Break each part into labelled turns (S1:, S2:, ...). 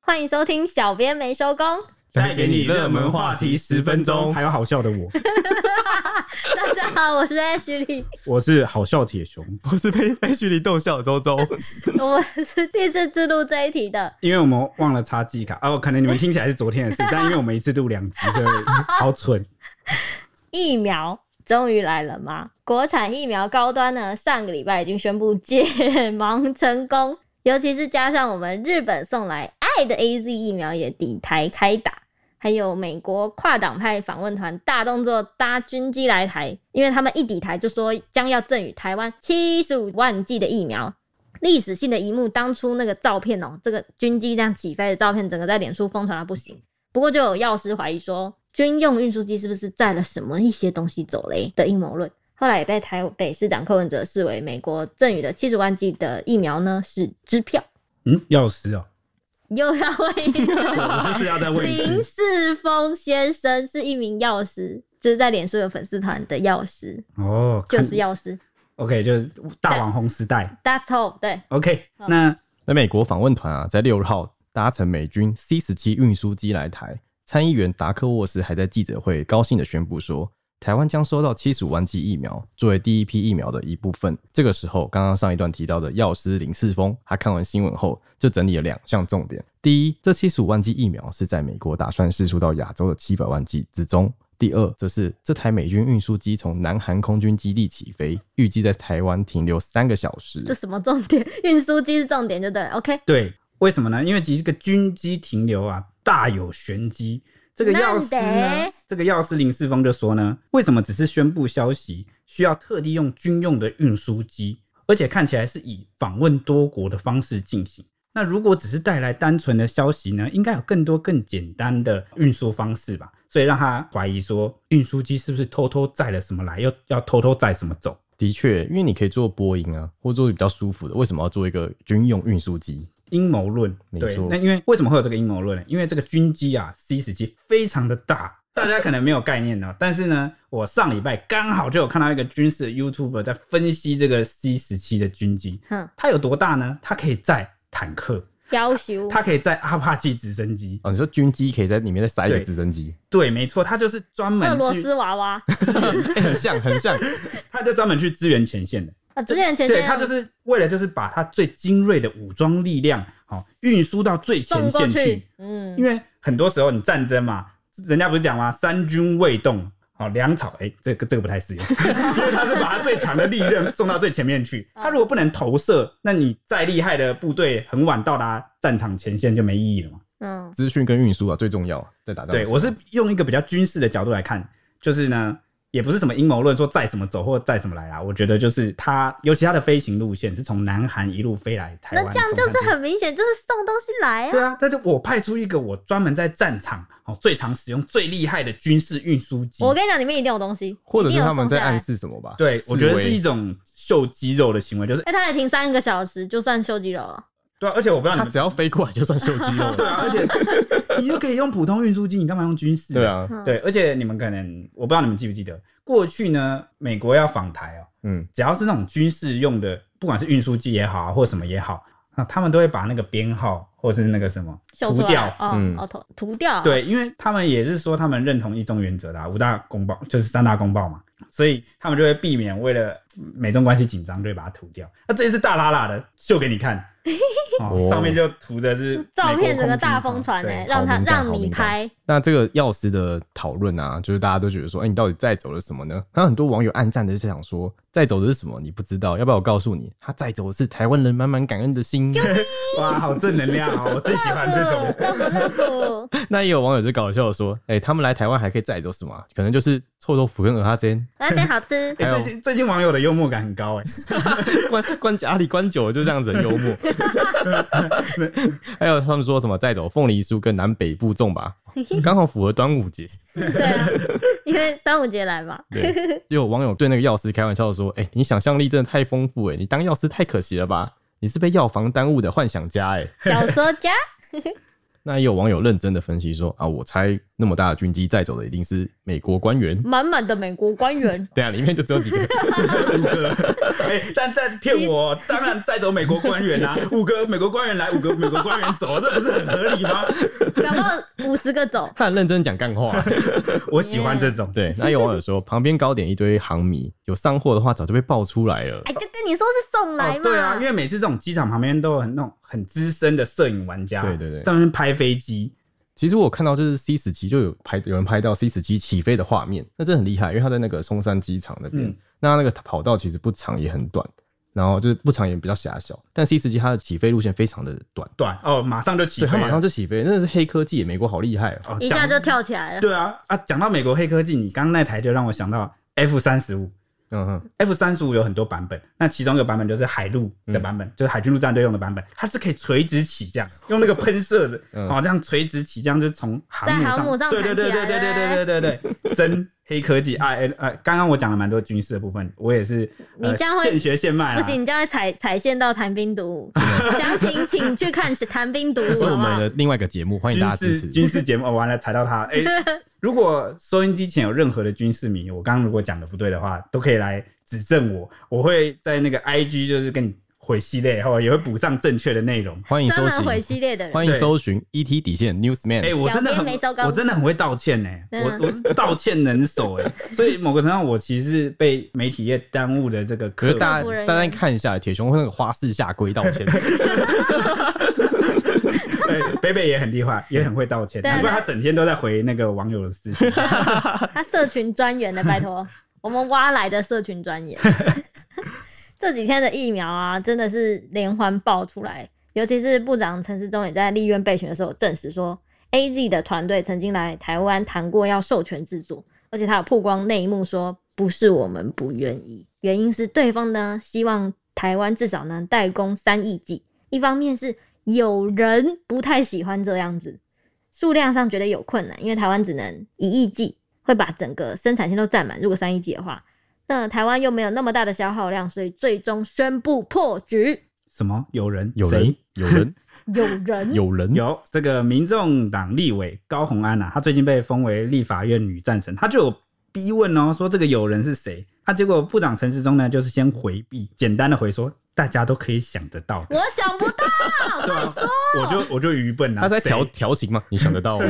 S1: 欢迎收听《小编没收工》，
S2: 带给你热门话题十分钟
S3: 还有好笑的我，
S1: 大家好，我是 Ashley，
S3: 我是好笑铁熊。
S2: 我是被 被徐黎逗笑的周周，
S1: 我是第一次自录这一题的。
S3: 因为我们忘了插记卡哦，可能你们听起来是昨天的事，但因为我们一次录两集，所以好蠢。
S1: 疫苗终于来了吗？国产疫苗高端呢，上个礼拜已经宣布解盲成功，尤其是加上我们日本送来爱的 A Z 疫苗也抵台开打，还有美国跨党派访问团大动作搭军机来台，因为他们一抵台就说将要赠予台湾七十五万剂的疫苗。历史性的一幕，当初那个照片哦、这个军机这样起飞的照片，整个在脸书疯传到不行。不过就有药师怀疑说，军用运输机是不是载了什么一些东西走嘞的阴谋论，后来也被台北市长柯文哲视为美国赠予的七十万剂的疫苗呢是支票。
S3: 嗯，药师哦，
S1: 又要问一次，
S3: 我就是要再问一
S1: 林
S3: 次，
S1: 世峰先生是一名药师，这是在脸书有粉丝团的药师，
S3: 哦，看
S1: 就是药师。
S3: OK，就是大网红时代。
S1: That's all，对，
S3: OK，那
S2: 那美国访问团啊，在六号搭乘美军 C 十七运输机来台，参议员达克沃斯还在记者会高兴的宣布说，台湾将收到七十五万剂疫苗，作为第一批疫苗的一部分。这个时候，刚刚上一段提到的药师林世峰，他看完新闻后就整理了两项重点：第一，这七十五万剂疫苗是在美国打算释出到亚洲的七百万剂之中。第二，则是这台美军运输机从南韩空军基地起飞，预计在台湾停留三个小时。
S1: 这什么重点？运输机是重点，就对了。OK，
S3: 对，为什么呢？因为其实这个军机停留啊，大有玄机。这个药师
S1: 那
S3: 呢
S1: 得，
S3: 这个药师林世峰就说呢，为什么只是宣布消息，需要特地用军用的运输机，而且看起来是以访问多国的方式进行？那如果只是带来单纯的消息呢，应该有更多更简单的运输方式吧？所以让他怀疑说，运输机是不是偷偷载了什么来，又要偷偷载什么走？
S2: 的确，因为你可以做波音啊，或做比较舒服的，为什么要做一个军用运输机？
S3: 阴谋论，
S2: 没
S3: 对
S2: 错，
S3: 那因为为什么会有这个阴谋论呢？因为这个军机啊，C 十七非常的大，大家可能没有概念哦。但是呢，我上礼拜刚好就有看到一个军事 YouTuber 在分析这个 C 十七的军机，
S1: 哼，
S3: 它有多大呢？它可以载坦克，
S1: 要求
S3: 它可以载阿帕奇直升机。
S2: 哦，你说军机可以在里面再塞一个
S3: 对
S2: 直升机，
S3: 对，没错，它就是专门
S1: 俄罗
S3: 去
S1: 斯娃 娃
S2: 欸很像，很像。
S3: 它就专门去支援前线的。
S1: 啊，之前前
S3: 对，
S1: 线
S3: 它就是为了就是把它最精锐的武装力量，好、哦、运输到最前
S1: 送过
S3: 线
S1: 去，嗯
S3: 因，为很多时候你战争嘛，人家不是讲嘛，三军未动，好粮草，哎、这个这个不太适用， 因为他是把他最强的利刃送到最前面去，
S1: 嗯
S3: 他如果不能投射，那你再厉害的部队很晚到达战场前线就没意义了嘛。
S1: 嗯，
S2: 资讯跟运输啊最重要，在打仗的
S3: 对
S2: 时候。
S3: 我是用一个比较军事的角度来看，就是呢。也不是什么阴谋论，说载什么走或载什么来啦。我觉得就是它，尤其它的飞行路线是从南韩一路飞来台
S1: 那
S3: 湾，
S1: 这样
S3: 送
S1: 就
S3: 上去
S1: 是很明显，就是送东西来啊
S3: 对。啊，但是我派出一个我专门在战场哦最常使用、最厉害的军事运输机。
S1: 我跟你讲，里面一定有东西，
S2: 或者是
S1: 一定有
S2: 他们在
S1: 送下来
S2: 暗。示什么吧？
S3: 对，我觉得
S2: 示
S3: 是
S2: 威
S3: 一种秀肌肉的行为，就是
S1: 哎、他也停三个小时，就算秀肌肉了。
S3: 对啊，而且我不知道
S2: 他
S3: 你
S2: 只
S3: 们
S2: 要飞过来就算秀肌肉
S3: 对
S2: 了。
S3: 啊，而且你就可以用普通运输机，你干嘛用军事？
S2: 对，啊，
S1: 嗯
S3: 对，而且你们可能我不知道你们记不记得，过去呢，美国要访台哦，
S2: 嗯，
S3: 只要是那种军事用的，不管是运输机也好啊，或什么也好，那他们都会把那个编号或是那个什么
S1: 秀出
S3: 涂
S1: 来
S3: 掉，
S1: 哦、
S2: 嗯
S1: 哦，涂涂掉，，
S3: 对，因为他们也是说他们认同一中原则的、啊、五大公报，就是三大公报嘛，所以他们就会避免为了美中关系紧张，就会把它涂掉。那、这一次大拉拉的秀给你 看，哦
S2: 哦
S3: 上面就涂的是美
S1: 哦照
S3: 国
S1: 片整
S3: 空
S1: 个
S3: 军
S1: 大
S3: 啊
S1: 疯传
S3: 对
S1: 哎、让他
S2: 好敏感
S1: 让你 拍，
S2: 那这个药师的讨论啊，就是大家都觉得说，哎、你到底载走了什么呢？那很多网友暗赞的就想说，载走的是什么？你不知道，要不要我告诉你？他载走的是台湾人满满感恩的心。
S3: 哇，好正能 量哦！我最喜欢这种。
S1: 乐 不乐不？
S2: 那也有网友就搞笑地说，哎、他们来台湾还可以载走什么啊、可能就是臭豆腐跟鹅哈煎，
S1: 那真好 吃。
S3: 哎、
S2: 还有
S3: 最近最近网友的幽默感很高哎、
S2: 关关家里关久了就这样子，很幽默。 还有他们说什么再走凤梨酥跟南北部粽吧，刚好符合端午节。
S1: 对啊，因为端午节来嘛，
S2: 对，就有网友对那个药师开玩笑说：“哎、你想象力真的太丰富哎、你当药师太可惜了吧？你是被药房耽误的幻想家哎、
S1: 小说家
S2: 那也有网友认真的分析说啊，我猜那么大的军机载走的一定是美国官员。
S1: 满满的美国官员
S2: 对啊，里面就只有几个。
S3: 哎、但在骗我，当然载走美国官员啊，五个美国官员来，五个美国官员走，这不是很合理吗？
S1: 搞不好五十个走，
S2: 他很认真讲干话、啊
S3: 我喜欢这种，
S2: 对，那有网友 说，旁边糕点一堆航迷，有上货的话早就被爆出来了。
S1: 哎，就跟你说是送来
S3: 哦
S1: 嘛，，
S3: 对啊，因为每次这种机场旁边都有很那种很资深的摄影玩家，
S2: 对对对
S3: 在那边拍飞机，
S2: 其实我看到就是 C 十七就有拍有人拍到 C 十七起飞的画面，那这很厉害，因为它在那个松山机场那边，
S3: 嗯
S2: 那那个跑道其实不长也很短，然后就是不长也比较狭小，但 C 十七它的起飞路线非常的短，
S3: 短哦，马上就起飞
S2: 对，
S3: 了，
S2: 它马上就起飞，啊那是黑科技，美国好厉害、哦。
S3: 哦
S1: 一下
S3: 讲
S1: 就跳起来了。
S3: 对啊啊！讲到美国黑科技，你刚刚那台就让我想到 F 三十五。
S2: 嗯哼，
S3: F 三十五有很多版本，那其中一个版本就是海陆的版本，就是海军陆战队用的版本，它是可以垂直起降，用那个喷射的，
S2: 嗯
S3: 哦，这样垂直起降，就是从航母
S1: 在航母上
S3: 对对对对
S1: 弹起
S3: 对
S1: 来
S3: 对对对对对，真黑科技啊！哎呃，刚刚我讲了蛮多军事的部分，我也是，呃
S1: 你这样会
S3: 现学现卖
S1: 不
S3: 啦。
S1: 行，你这样会踩踩线到谈冰 毒，详情请去看谈冰毒，
S2: 这是
S1: 好
S2: 我
S1: 不
S2: 们
S1: 好？
S2: 的另外一个节目，欢迎
S3: 军
S2: 大家支
S3: 事
S2: 持。
S3: 军事节目，哦完了踩到它。哎、如果收音机前有任何的军事迷，我刚刚如果讲的不对的话，都可以来指正我，我会在那个 IG 就是跟你回系列，然后也会补上正确的内容。
S2: 欢迎
S1: 专
S2: 搜
S1: 门毁
S2: 寻，
S1: 系列的人，
S2: 欢迎
S3: 对
S2: 搜寻 ET 底线 Newsman。
S3: 哎、我真的
S1: 小
S3: 很
S1: 编没收，工
S3: 我真的很会道歉呢、
S1: 嗯
S3: 我我是道歉能手 哎、所以某个程度上，我其实是被媒体业耽误的这个
S2: 可
S3: 客
S2: 是
S3: 户。
S2: 大
S1: 客服人员
S2: 家大家看一下，铁熊会那个花式下跪道歉，
S3: 哎北北也很厉害，也很会道歉，
S1: 对啊
S3: 难怪他整天都在回那个网友的私 信。
S1: 他社群专员的，拜托，我们挖来的社群专员。这几天的疫苗啊，真的是连环爆出来，尤其是部长陈时中也在立院备询的时候证实说，A Z 的团队曾经来台湾谈过要授权制作，而且他有曝光内幕说不是我们不愿意，原因是对方呢希望台湾至少能代工三亿剂，一方面是有人不太喜欢这样子，数量上觉得有困难，因为台湾只能一亿剂，会把整个生产线都占满。如果三亿剂的话，那台湾又没有那么大的消耗量，所以最终宣布破局。
S3: 什么？有人？
S2: 有
S3: 谁
S2: 人有人
S1: 嗯有人
S2: 有人
S3: 有这个民众党立委高虹安啊，她最近被封为立法院女战神，她就有逼问哦，说这个友人是谁？她结果部长陈时中呢，就是先回避，简单的回说大家都可以想得到的
S1: 我想不到，
S3: 对啊，我就我就愚笨啊，
S2: 他在
S3: 谁
S2: 调调情吗？你想得到吗？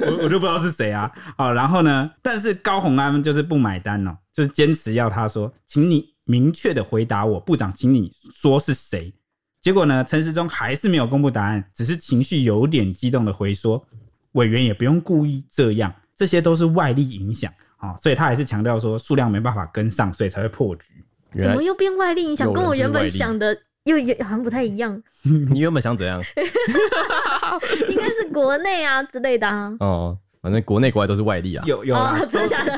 S3: 我我就不知道是谁啊。好，然后呢，但是高虹安就是不买单哦，就是坚持要他说，请你明确的回答我，部长，请你说是谁。结果呢，陈时中还是没有公布答案，只是情绪有点激动的回说，委员也不用故意这样，这些都是外力影响啊、哦所以他还是强调说数量没办法跟上，所以才会破局。
S2: 原
S1: 怎
S2: 来
S1: 么又变外力影响？
S2: 有人
S1: 跟我原
S2: 就是外
S1: 本
S2: 力
S1: 想的又也好像不太一样，
S2: 你原本想怎样？
S1: 应该是国内啊之类的啊。
S2: 哦，反正国内国外都是外力啊。
S3: 有有啦，
S1: 哦，真的假的？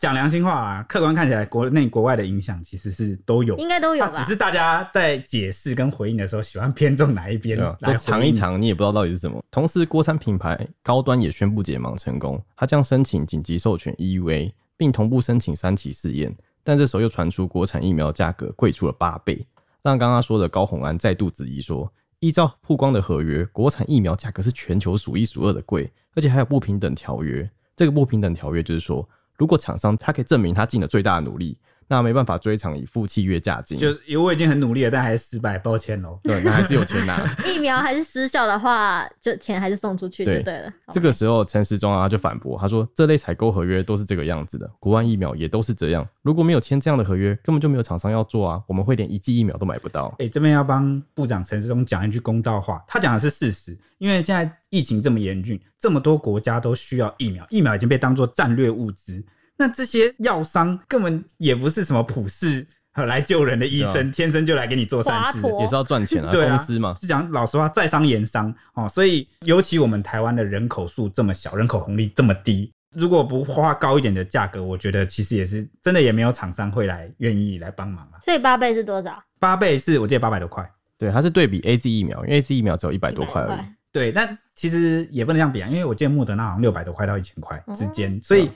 S3: 讲良心话啊，客观看起来，国内国外的影响其实是都有
S1: 应该都
S2: 啊
S1: 有
S3: 那只
S1: 吧？
S3: 是大家在解释跟回应的时候，喜欢偏重哪一边
S2: 对啊，
S3: 来
S2: 都
S3: 回
S2: 尝一
S3: 应。
S2: 尝，你也不知道到底是什么。同时，国产品牌高端也宣布解盲成功，它将申请紧急授权 EUA，并同步申请三期试验。但这时候又传出国产疫苗价格贵出了八倍，让刚刚说的高虹安再度质疑说，依照曝光的合约，国产疫苗价格是全球数一数二的贵，而且还有不平等条约。这个不平等条约就是说，如果厂商他可以证明他尽了最大的努力，那没办法追偿已付契约价金，
S3: 就因为我已经很努力了，但还是失败，抱歉喽。
S2: 对，那还是 有钱拿。
S1: 疫苗还是失效的话，就钱还是送出去就
S2: 对
S1: 对了。
S2: 这个时候，陈时中啊他就反驳，他说这类采购合约都是这个样子的，国外疫苗也都是这样。如果没有签这样的合约，根本就没有厂商要做啊，我们会连一剂疫苗都买不到。
S3: 哎、这边要帮部长陈世忠讲一句公道话，他讲的是事实，因为现在疫情这么严峻，这么多国家都需要疫苗，疫苗已经被当做战略物资。那这些药商根本也不是什么普世呃来救人的医
S2: 对啊
S3: 生，天生就来给你做善事
S1: 华
S3: 的。
S1: 佗
S2: 也是要赚钱啊，
S3: 对啊
S2: 公司嘛。
S3: 是讲老实话，在商言商哦，所以尤其我们台湾的人口数这么小，人口红利这么低，如果不花高一点的价格，我觉得其实也是真的也没有厂商会来愿意来帮忙啊。
S1: 所以八倍是多少？
S3: 八倍是我记得八百多块，
S2: 对，它是对比 A Z 疫苗，因为 A Z 疫苗只有一百多块而已。
S1: 100
S3: 对，但其实也不能这样比啊，因为我记得莫德纳好像六百多块到一千块之间，所以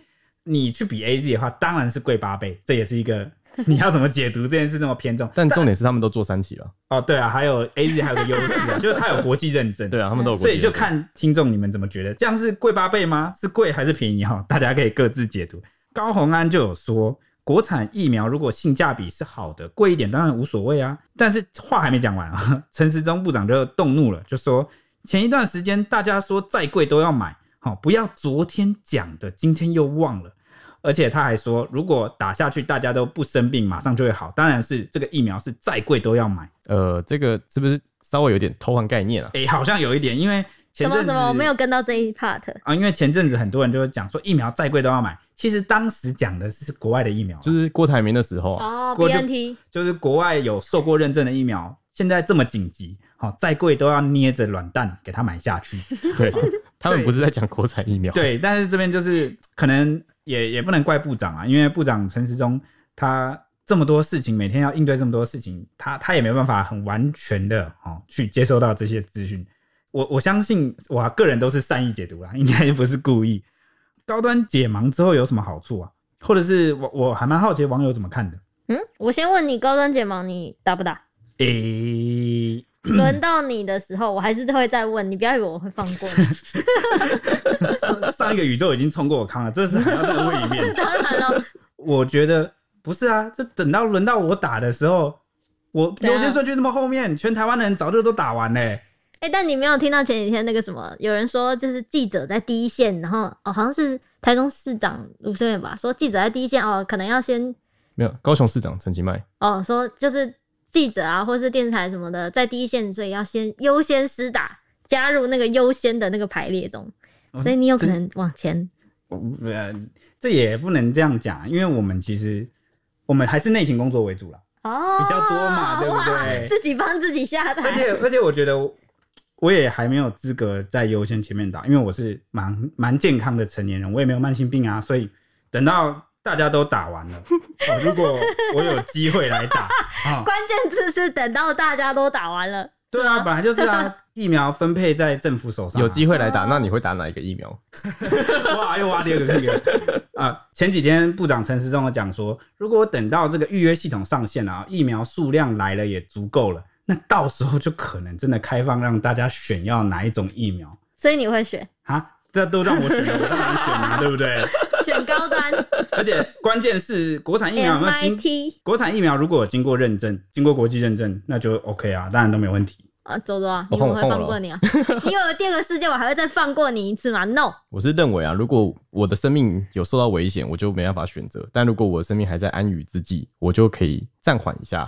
S3: 你去比 A Z 的话，当然是贵八倍，这也是一个你要怎么解读这件事这么偏重？
S2: 但重点是他们都做三期了，
S3: 哦，对啊，还有 A Z 还有个优势啊，就是它有国际认证。
S2: 对啊，他们都有国
S3: 所
S2: 际
S3: 以就
S2: 认证
S3: 看听众你们怎么觉得，这样是贵八倍吗？是贵还是便宜哈？大家可以各自解读。高鸿安就有说，国产疫苗如果性价比是好的，贵一点当然无所谓啊。但是话还没讲完啊， 陈时中部长就动怒了，就说前一段时间大家说再贵都要买，好、不要昨天讲的，今天又忘了。而且他还说，如果打下去大家都不生病，马上就会好。当然是这个疫苗是再贵都要买。
S2: 呃，这个是不是稍微有点偷换概念啊？
S3: 诶，好像有一点，因为前
S1: 什么
S3: 阵子
S1: 什么，我没有跟到这一 part。
S3: 啊，因为前阵子很多人就会讲说疫苗再贵都要买，其实当时讲的是国外的疫苗啊，就
S2: 就是是郭台铭的时候啊，
S1: 哦
S3: 国就
S1: ，BNT
S3: 就是国外有受过认证的疫苗，现在这么紧急，好、再贵都要捏着软蛋给它买下去。
S2: 对，他们不是在讲国产疫苗，
S3: 对，但是这边就是可能也也不能怪部长啊，因为部长陈时中他这么多事情，每天要应对这么多事情，他他也没办法很完全的哦去接收到这些资讯。我我相信我个人都是善意解读啦，应该不是故意。高端解盲之后有什么好处啊？或者是我我还蛮好奇网友怎么看的？
S1: 嗯，我先问你，高端解盲你打不 打？
S3: 诶、
S1: 轮到你的时候，我还是会再问你，不要以为我会放过你。
S3: 上上一个宇宙已经冲过我康了，这次还要再问一遍。
S1: 当然了，
S3: 我觉得不是啊，这等到轮到我打的时候，我
S1: 怎样
S3: 优先顺序这么后面，全台湾的人早就都打完嘞、
S1: 哎、但你没有听到前几天那个什么，有人说就是记者在第一线，然后哦，好像是台中市长卢秀燕吧，说记者在第一线哦，可能要先
S2: 没有高雄市长陈其
S3: 啊
S2: 迈，
S1: 哦，说就是记者啊，或是电视台什么的，在第一线，所以要先优先施打，加入那个优先的那个排列中，
S3: 哦
S1: 所以你有可
S3: 真
S1: 能往前。
S3: 呃，这也不能这样讲，因为我们其实我们还是内勤工作为主啦。
S1: 哦，
S3: 比较多嘛对不
S1: 哇
S3: 对
S1: 自己帮自己下
S3: 而
S1: 台，
S3: 且而且，我觉得我也还没有资格在优先前面打，因为我是蛮蛮健康的成年人，我也没有慢性病啊，所以等到大家都打完了，哦、如果我有机会来打，啊。
S1: 关键字是等到大家都打完了，
S3: 对啊，本来就是啊，疫苗分配在政府手上啊、
S2: 有机会来打，
S1: 哦
S2: 那你会打哪一个疫苗？
S3: 哇，又挖第二个坑给我 啊！前几天部长陈时中有讲说，如果等到这个预约系统上线啊，疫苗数量来了也足够了，那到时候就可能真的开放让大家选要哪一种疫苗
S1: 所以你会选
S3: 啊。这都让我选了，我当然选啦、对 不对？
S1: 选高 端
S2: 嗯
S3: 而且关键是国产疫苗有没有经
S1: MIT
S3: 国产疫苗如果有经过认证、经过国际认证，那就 OK 啊，当然都没问题。
S1: 啊，周周啊，
S2: 我
S1: 你怎么
S2: 换我
S1: 会
S2: 换我
S1: 放过你啊？你有了第二个世界，我还会再放过你一次吗？No，
S2: 我是认为啊，如果我的生命有受到危险，我就没办法选择；但如果我的生命还在安于之际，我就可以暂缓一下。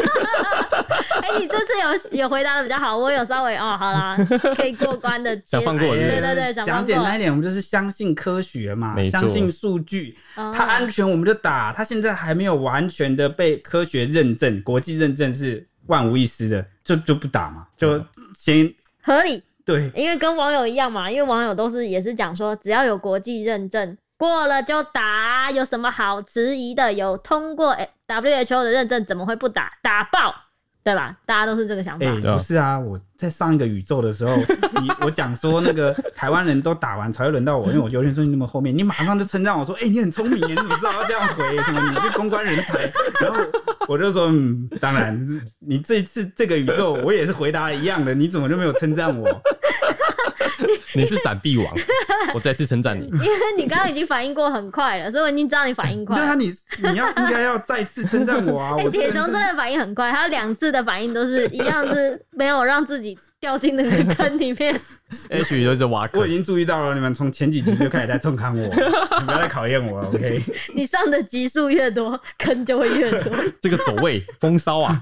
S1: 哎、你这次有有回答的比较好，我有稍微哦，好啦，可以过关的接
S2: 想放过我
S1: 对
S2: 是不是
S1: 对对，想
S3: 讲
S1: 放
S3: 简
S1: 过
S3: 单一点，我们就是相信科学嘛，
S2: 没错
S3: 相信数据，
S1: 哦
S3: 它安全我们就打，它现在还没有完全的被科学认证，国际认证是万无一失的，就就不打嘛，就
S2: 嗯
S3: 先
S1: 合理，
S3: 对
S1: 因为跟网友一样嘛，因为网友都是也是讲说，只要有国际认证过了就打，有什么好迟疑的？有通过哎 WHO 的认证，怎么会不打？打爆，对吧？大家都是这个想法。
S3: 哎、
S2: 对啊
S3: 不是啊，我在上一个宇宙的时候，你我讲说那个台湾人都打完才会轮到我，因为我优先顺序那么后面，你马上就称赞我说，哎、你很聪明耶，你知道要这样回什么，你是公关人才。然后我就说，嗯，当然，你这一次这个宇宙我也是回答一样的，你怎么就没有称赞我？
S2: 你是闪避王，我再次称赞你。
S1: 因为你刚刚已经反应过很快了，所以我已经知道你反应 快
S3: 对啊，
S1: 了。
S3: 你你要应该要再次称赞我啊！
S1: 哎、
S3: 我
S1: 铁熊
S3: 是
S1: 真的反应很快，他两次的反应都是一样，是没有让自己掉进那个坑里面。
S2: H 就一直挖
S3: 我
S2: 坑
S3: 已，经注意到了，你们从前几集就开始在冲 康我，你不要再考验我了，OK？
S1: 你上的集数越多，坑就会越多。
S2: 这个走位风骚啊，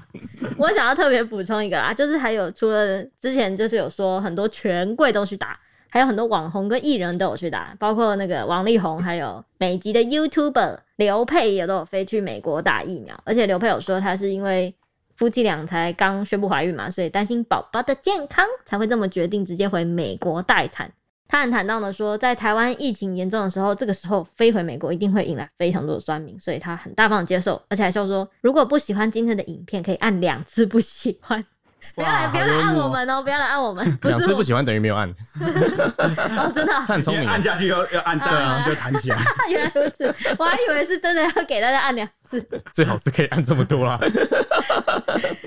S1: 我想要特别补充一个啊，就是还有除了之前就是有说很多权贵都去打，还有很多网红跟艺人都有去打，包括那个王力宏，还有美籍的 YouTuber 刘佩也都有飞去美国打疫苗，而且刘佩有说她是因为夫妻俩才刚宣布怀孕嘛，所以担心宝宝的健康才会这么决定直接回美国待产。他很坦荡的说，在台湾疫情严重的时候，这个时候飞回美国一定会引来非常多的酸民，所以他很大方的接受，而且还笑说，如果不喜欢今天的影片，可以按两次不喜欢。 不要来，
S3: 哇
S1: 不要
S3: 好
S1: 来
S3: 幽
S1: 按
S3: 默
S1: 我们哦，不要来按我 们，不
S2: 两
S1: 是
S2: 次
S1: 我
S2: 不喜欢等于没有按，
S1: 哦，真的啊、
S2: 他很聪
S3: 因为
S2: 明，
S3: 按下去要要按
S1: 对
S3: 赞，
S1: 啊
S3: 然后就弹起来。
S1: 原来如此，我还以为是真的要给大家按两次。
S2: 最好是可以按这么多啦。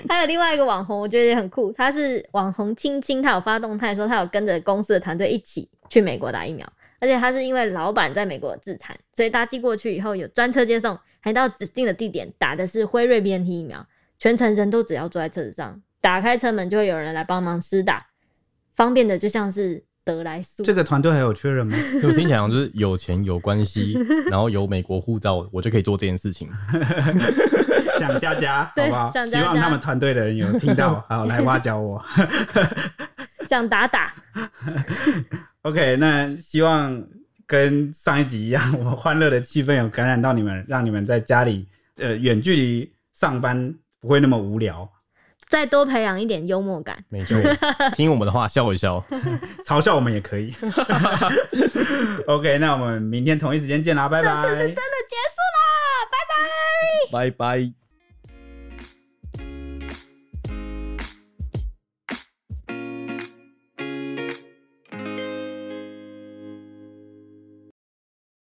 S1: 还有另外一个网红，我觉得也很酷，他是网红青青，他有发动态说他有跟着公司的团队一起去美国打疫苗，而且他是因为老板在美国自产，所以搭机过去以后有专车接送，还到指定的地点打的是辉瑞 BNT 疫苗，全程人都只要坐在车子上，打开车门就会有人来帮忙施打，方便的就像是得来速。
S3: 这个团队还有缺人吗？
S2: 我听起来好像就是有钱有关系，然后有美国护照，我就可以做这件事情。
S3: 想佳佳，好
S1: 对
S3: 不好？
S1: 想
S3: 希
S1: 佳
S3: 望
S1: 佳
S3: 他们团队的人有听 到，好来挖角我。
S1: 想打打，
S3: OK，那希望跟上一集一样，我欢乐的气氛有感染到你们，让你们在家里呃远距离上班不会那么无聊，
S1: 再多培养一点幽默感。
S2: 没错，听我们的话笑一笑，
S3: 嘲笑我们也可以。OK，那我们明天同一时间见啦，拜拜。
S1: 这次是真的结束啦，拜拜。
S2: 拜拜。